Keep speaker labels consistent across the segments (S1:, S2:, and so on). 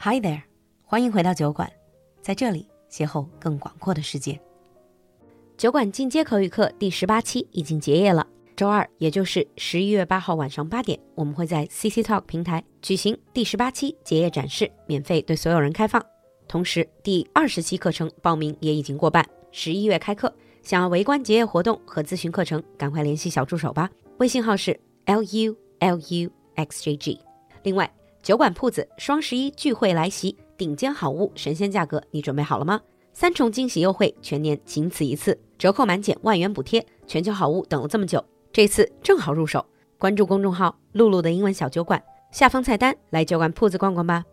S1: Hi there，欢迎回到酒馆，在这里邂逅更广阔的世界。酒馆进阶口语课第十八期已经结业了，周二，也就是十一月八号晚上八点，我们会在 CC Talk 平台举行第十八期结业展示，免费对所有人开放。同时，第二十期课程报名也已经过半，十一月开课。想要围观结业活动和咨询课程，赶快联系小助手吧，微信号是 l u l u x j g。另外，酒馆铺子双十一聚会来袭，顶尖好物，神仙价格，你准备好了吗？三重惊喜优惠，全年仅此一次，折扣满减万元补贴，全球好物等了这么久，这次正好入手。关注公众号“露露的英文小酒馆”，下方菜单来酒馆铺子逛逛吧。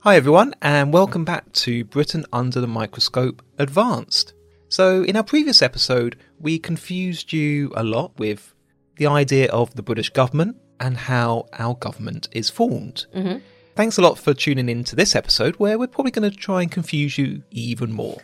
S2: Hi, everyone, and welcome back to Britain Under the Microscope Advanced. So, in our previous episode, we confused you a lot with the idea of the British government and how our government is formed. Mm-hmm. Thanks a lot for tuning in to this episode where we're probably going to try and confuse you even more.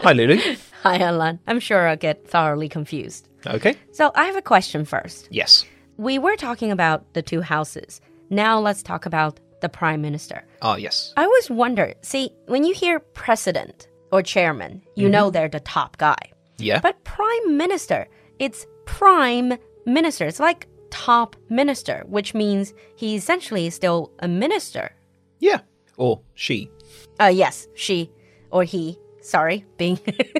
S2: Hi, Lulu.
S1: Hi, Alan. I'm sure I'll get thoroughly confused.
S2: Okay.
S1: So I have a question first.
S2: Yes.
S1: We were talking about the two houses. Now let's talk about the prime minister.
S2: Ah, yes.
S1: I always wonder see, when you hear president or chairman, you know they're the top guy.
S2: Yeah.
S1: But prime minister, it's prime minister. It's like top minister, which means he essentially is still a minister.
S2: yeah. Or she.
S1: Uh, yes, she or he. Sorry, being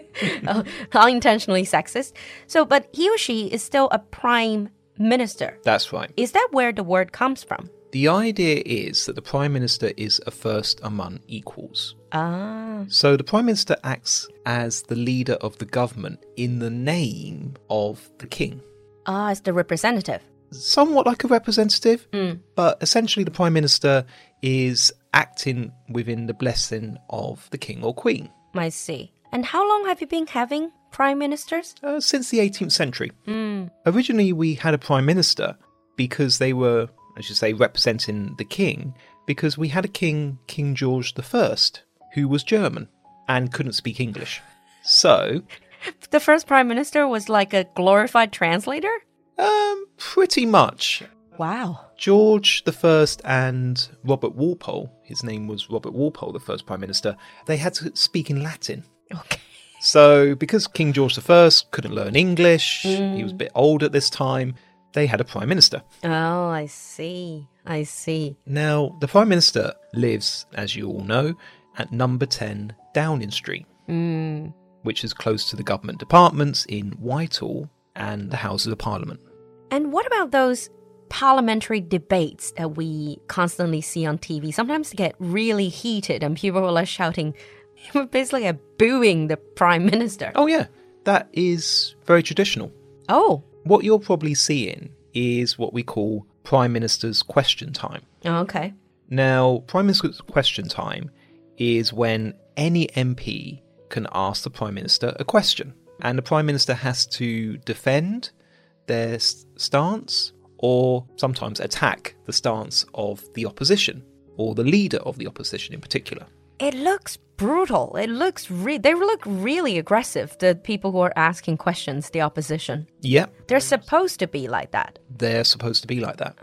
S1: uh, unintentionally sexist. So, but he or she is still a prime minister.
S2: That's right.
S1: Is that where the word comes from?
S2: The idea is that the Prime Minister is a first among equals.
S1: Ah,
S2: So the Prime Minister acts as the leader of the government in the name of the King.
S1: ah, it's the representative.
S2: Somewhat like a representative,
S1: Hmm.
S2: but essentially the Prime Minister is acting within the blessing of the King or Queen
S1: I see. And how long have you been having prime ministers?
S2: uh, since the 18th century.
S1: Hmm.
S2: Originally, we had a Prime Minister because they were, I should say, representing the King, because we had a King, King George I, who was German and couldn't speak English. So
S1: The first prime minister was like a glorified translator?
S2: Um, pretty much.
S1: Wow.
S2: George the First and Robert Walpole, his name was Robert Walpole, the first Prime Minister, they had to speak in Latin.
S1: Okay.
S2: So, because King George the First couldn't learn English, he was a bit old at this time, they had a Prime Minister.
S1: Oh, I see. I see.
S2: Now, the Prime Minister lives, as you all know, at number 10 Downing Street,
S1: Mm.
S2: which is close to the government departments in Whitehall and the Houses of Parliament.
S1: And what about those parliamentary debates that we constantly see on TV? Sometimes they get really heated and people are shouting, basically uh, booing the prime minister.
S2: Oh, yeah, that is very traditional.
S1: Oh,
S2: What you're probably seeing is what we call Prime Minister's Question Time.
S1: Oh, okay.
S2: Now, Prime Minister's Question Time is when any MP can ask the Prime Minister a question, and the Prime Minister has to defend their s- stance or sometimes attack the stance of the opposition or the leader of the opposition in particular.
S1: It looks brutal. It looks re- they look really aggressive. The people who are asking questions, the opposition.
S2: Yep,
S1: They're supposed to be like that.
S2: they're supposed to be like that.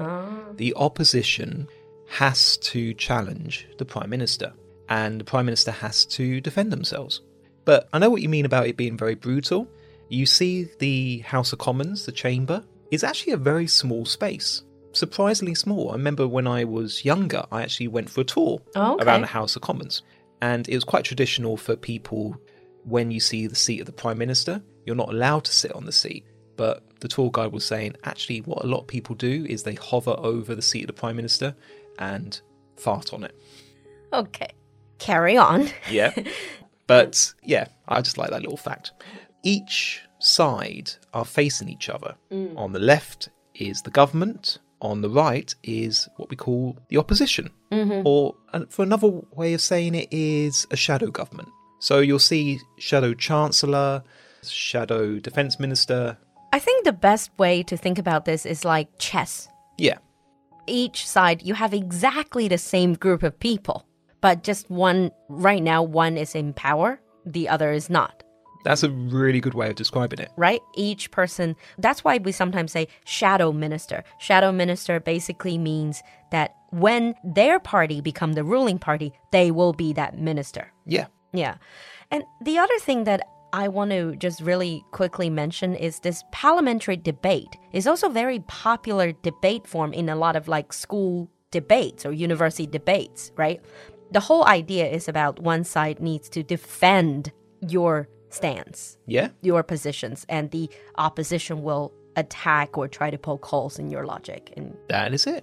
S2: The opposition has to challenge the Prime Minister, and the Prime Minister has to defend themselves. But I know what you mean about it being very brutal. You see, the House of Commons, the chamber, is actually a very small space. Surprisingly small. I remember when I was younger, I actually went for a tour
S1: Oh, okay.
S2: around the House of Commons. And it was quite traditional for people when you see the seat of the Prime Minister, you're not allowed to sit on the seat. But the tour guide was saying, actually, what a lot of people do is they hover over the seat of the Prime Minister and fart on it.
S1: Okay. Carry on.
S2: Yeah. but yeah, I just like that little fact. Each side are facing each other. On the left is the government, on the right is what we call the opposition. Or and for another way of saying it is a shadow government. So you'll see shadow chancellor, shadow defense minister.
S1: I think the best way to think about this is like chess.
S2: Yeah.
S1: each side you have exactly the same group of people but just one right now one is in power the other is not
S2: That's a really good way of describing it.
S1: right? Each person. That's why we sometimes say shadow minister. Shadow minister basically means that when their party become the ruling party, they will be that minister.
S2: Yeah.
S1: Yeah. And the other thing that I want to just really quickly mention is this parliamentary debate is also very popular debate form in a lot of like school debates or university debates, right? The whole idea is about one side needs to defend your stance
S2: Yeah.
S1: your positions and the opposition will attack or try to poke holes in your logic and
S2: That is it.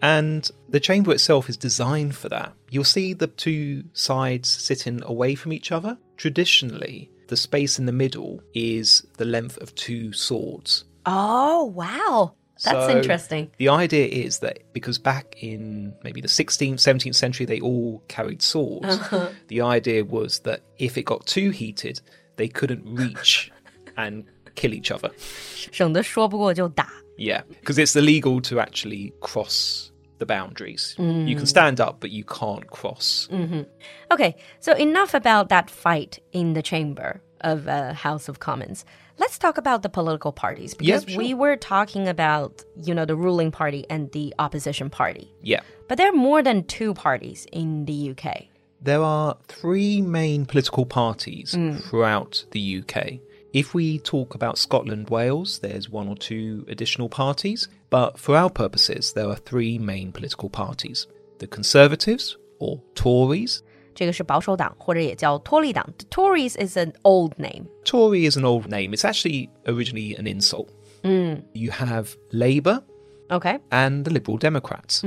S2: And the chamber itself is designed for that. You'll see the two sides sitting away from each other. Traditionally, the space in the middle is the length of two swords.
S1: oh wow that's
S2: So
S1: interesting
S2: The idea is that because back in maybe the 16th, 17th century, they all carried swords. The idea was that if it got too heated, they couldn't reach and kill each other.
S1: 省得说不过就打
S2: Yeah, because it's illegal to actually cross the boundaries. You can stand up, but you can't cross.
S1: okay so enough about that fight in the chamber of uh, house of commons let's talk about the political parties
S2: Yeah,
S1: because we were talking about you know the ruling party and the opposition party
S2: Yeah.
S1: but there are more than two parties in the uk
S2: There are three main political parties throughout the UK. If we talk about Scotland, Wales, there's one or two additional parties, but for our purposes, there are three main political parties the Conservatives, or Tories.
S1: 这个是保守党，或者也叫托利党。The Tories is an old name.
S2: Tory is an old name, it's actually originally an insult. You have Labour
S1: Okay.
S2: and the Liberal Democrats.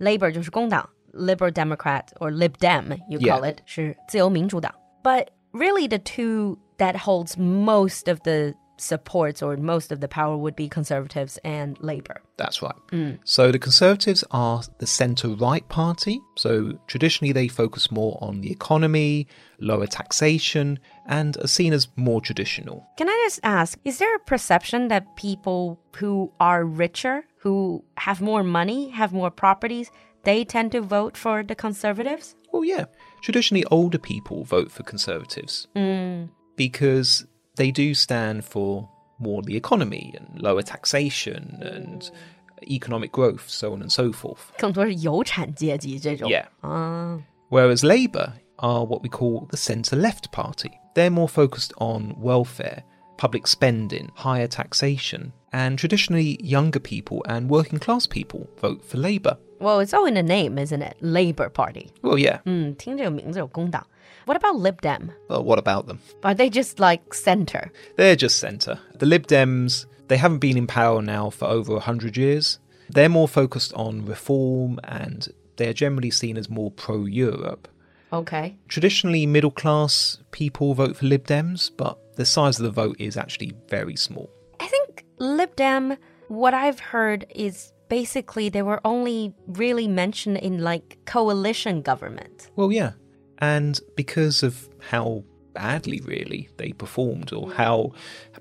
S1: Labor 就是工党, Liberal Democrat or Lib Dem, you
S2: Yeah.
S1: call it, 是自由民主党. But really the two that holds most of the supports or most of the power would be conservatives and labor.
S2: That's right. So the Conservatives are the centre right party. So traditionally, they focus more on the economy, lower taxation, and are seen as more traditional.
S1: Can I just ask, is there a perception that people who are richer, who have more money, have more properties, they tend to vote for the conservatives?
S2: Well, yeah. Traditionally, older people vote for Conservatives because they do stand for more the economy and lower taxation and economic growth, so on and so forth.
S1: 更多是有产阶级这种。Oh.
S2: Yeah.
S1: 啊。
S2: Whereas Labour are what we call the centre left party. They're more focused on welfare, public spending, higher taxation, and traditionally younger people and working class people vote for Labour.
S1: Well, it's all in the name, isn't it? Labor Party.
S2: Well, yeah.
S1: Hmm, 嗯，听这个名字有工党。What about Lib Dem?
S2: Well, what about them?
S1: Are they just like center?
S2: They're just centre. The Lib Dems, they haven't been in power now for over 100 years. They're more focused on reform and they're generally seen as more pro Europe.
S1: Okay.
S2: Traditionally, middle class people vote for Lib Dems, but the size of the vote is actually very small.
S1: I think Lib Dem, what I've heard is basically they were only really mentioned in like coalition government.
S2: Well, yeah. And because of how badly, really, they performed or how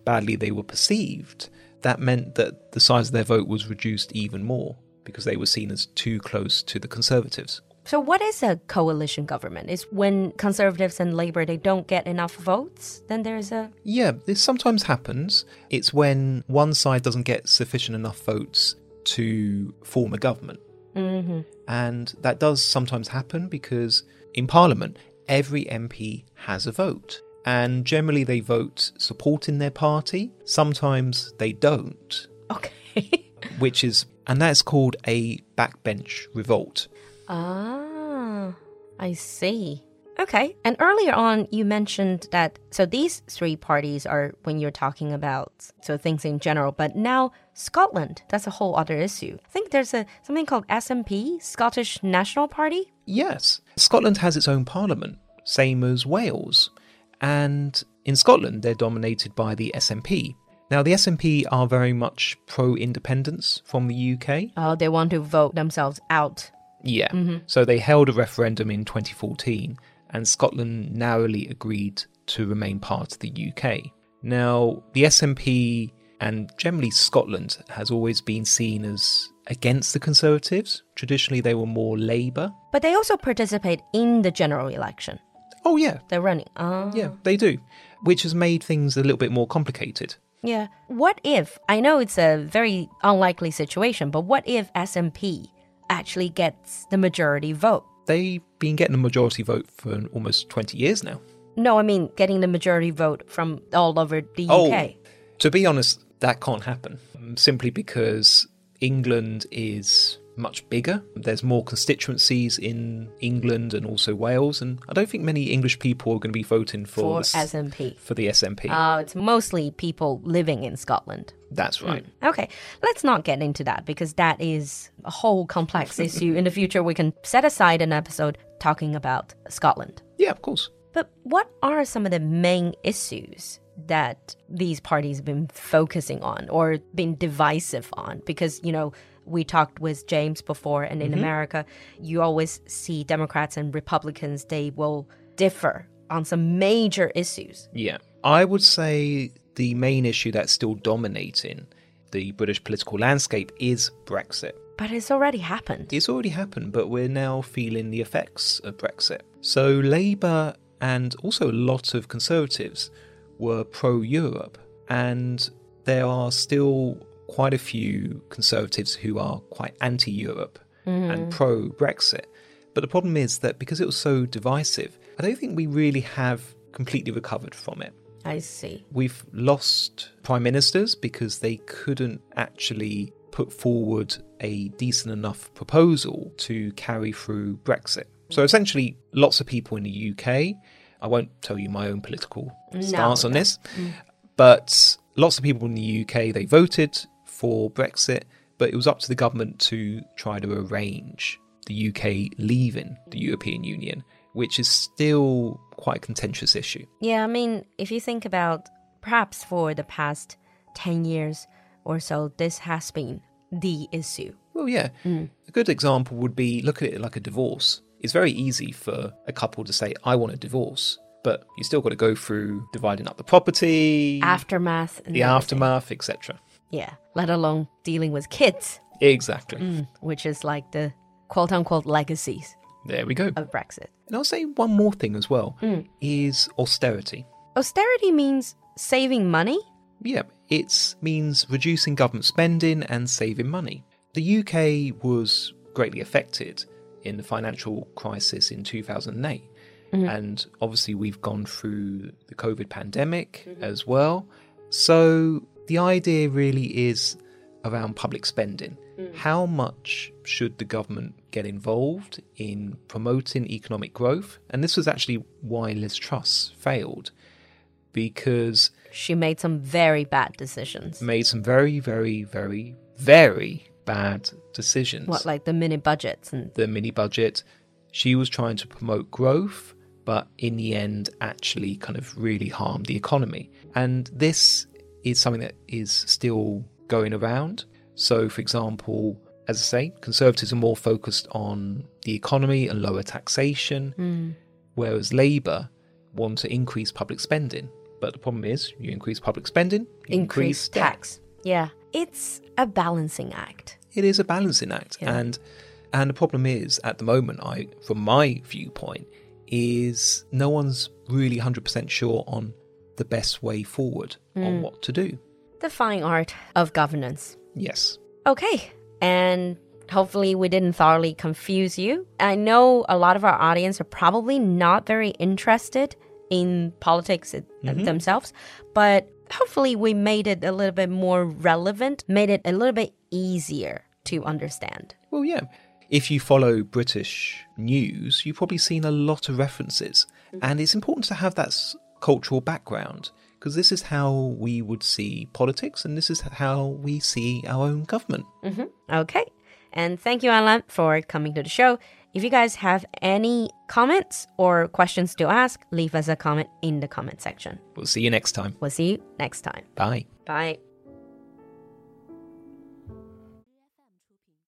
S2: badly they were perceived, that meant that the size of their vote was reduced even more because they were seen as too close to the Conservatives.
S1: So what is a coalition government? Is when conservatives and labor they don't get enough votes, then there's a
S2: Yeah, this sometimes happens. It's when one side doesn't get sufficient enough votes to form a government.
S1: Mhm.
S2: And that does sometimes happen because in Parliament, every MP has a vote. And generally, they vote supporting their party. Sometimes they don't,
S1: Okay.
S2: which is, and that's called a backbench revolt.
S1: Ah, I see. Okay. And earlier on, you mentioned that so these three parties are when you're talking about so things in general, but now Scotland, that's a whole other issue. I think there's a something called SNP, Scottish National Party.
S2: Yes, Scotland has its own parliament, same as Wales. And in Scotland, they're dominated by the SNP. Now, the SNP are very much pro independence from the UK.
S1: Oh, they want to vote themselves out.
S2: Yeah. So they held a referendum in 2014, and Scotland narrowly agreed to remain part of the UK. Now, the SNP and generally Scotland has always been seen as against the Conservatives. Traditionally, they were more Labour.
S1: But they also participate in the general election.
S2: Oh, yeah.
S1: They're running. Ah.
S2: Yeah, they do. Which has made things a little bit more complicated.
S1: Yeah. What if, I know it's a very unlikely situation, but what if SMP actually gets the majority vote?
S2: They've been getting a majority vote for almost 20 years now.
S1: No, I mean getting the majority vote from all over the
S2: Oh.
S1: UK.
S2: To be honest, that can't happen um, simply because England is much bigger. There's more constituencies in England and also Wales, and I don't think many English people are going to be voting for,
S1: for
S2: the, s- Ah.
S1: SMP.
S2: for the SNP.
S1: Uh, it's mostly people living in Scotland.
S2: That's right.
S1: Okay, let's not get into that because that is a whole complex issue. In the future, we can set aside an episode talking about Scotland.
S2: Yeah, of course.
S1: But what are some of the main issues that these parties have been focusing on or been divisive on? Because, you know, we talked with James before, and in America, you always see Democrats and Republicans, they will differ on some major issues.
S2: Yeah. I would say the main issue that's still dominating the British political landscape is Brexit.
S1: But it's already happened.
S2: It's already happened, but we're now feeling the effects of Brexit. So, Labour and also a lot of Conservatives were pro Europe, and there are still quite a few Conservatives who are quite anti Europe and pro Brexit. But the problem is that because it was so divisive, I don't think we really have completely recovered from it.
S1: I see.
S2: We've lost prime ministers because they couldn't actually put forward a decent enough proposal to carry through Brexit. So essentially, lots of people in the UK, I won't tell you my own political stance on this, but lots of people in the UK, they voted for Brexit, but it was up to the government to try to arrange the UK leaving the European Union, which is still quite a contentious issue.
S1: Yeah, I mean, if you think about perhaps for the past 10 years or so, this has been the issue.
S2: Well, yeah. A good example would be look at it like a divorce. It's very easy for a couple to say, I want a divorce, but you still got to go through dividing up the property,
S1: Aftermath. And
S2: the
S1: everything.
S2: aftermath, etc.
S1: Yeah, let alone dealing with kids,
S2: Exactly.
S1: which is like the quote unquote legacies
S2: There we go.
S1: of Brexit.
S2: And I'll say one more thing as well is austerity.
S1: Austerity means saving money.
S2: Yeah, it means reducing government spending and saving money. The UK was greatly affected in the financial crisis in 2008. And obviously, we've gone through the COVID pandemic as well. So, the idea really is around public spending. How much should the government get involved in promoting economic growth? And this was actually why Liz Truss failed, because
S1: She made some very bad decisions.
S2: made some very, very, very, very bad decisions.
S1: What, like the mini budgets and
S2: the mini budget, she was trying to promote growth, but in the end, actually kind of really harmed the economy. And this is something that is still going around. So, for example, as I say, conservatives are more focused on the economy and lower taxation,
S1: Hmm.
S2: whereas Labour want to increase public spending. But the problem is, you increase public spending, you increase
S1: increased tax? Yeah, it's a balancing act.
S2: it is a balancing act
S1: Yeah.
S2: and and the problem is at the moment i from my viewpoint is no one's really 100% sure on the best way forward on what to do
S1: The fine art of governance.
S2: yes
S1: Okay. And hopefully, we didn't thoroughly confuse you. I know a lot of our audience are probably not very interested in politics it- themselves, but hopefully, we made it a little bit more relevant, made it a little bit easier to understand.
S2: well yeah if you follow british news you've probably seen a lot of references and it's important to have that s- cultural background because this is how we would see politics and this is how we see our own government
S1: Okay. And thank you, Alan, for coming to the show. If you guys have any comments or questions to ask, leave us a comment in the comment section.
S2: we'll see you next time
S1: We'll see you next time.
S2: bye
S1: Bye.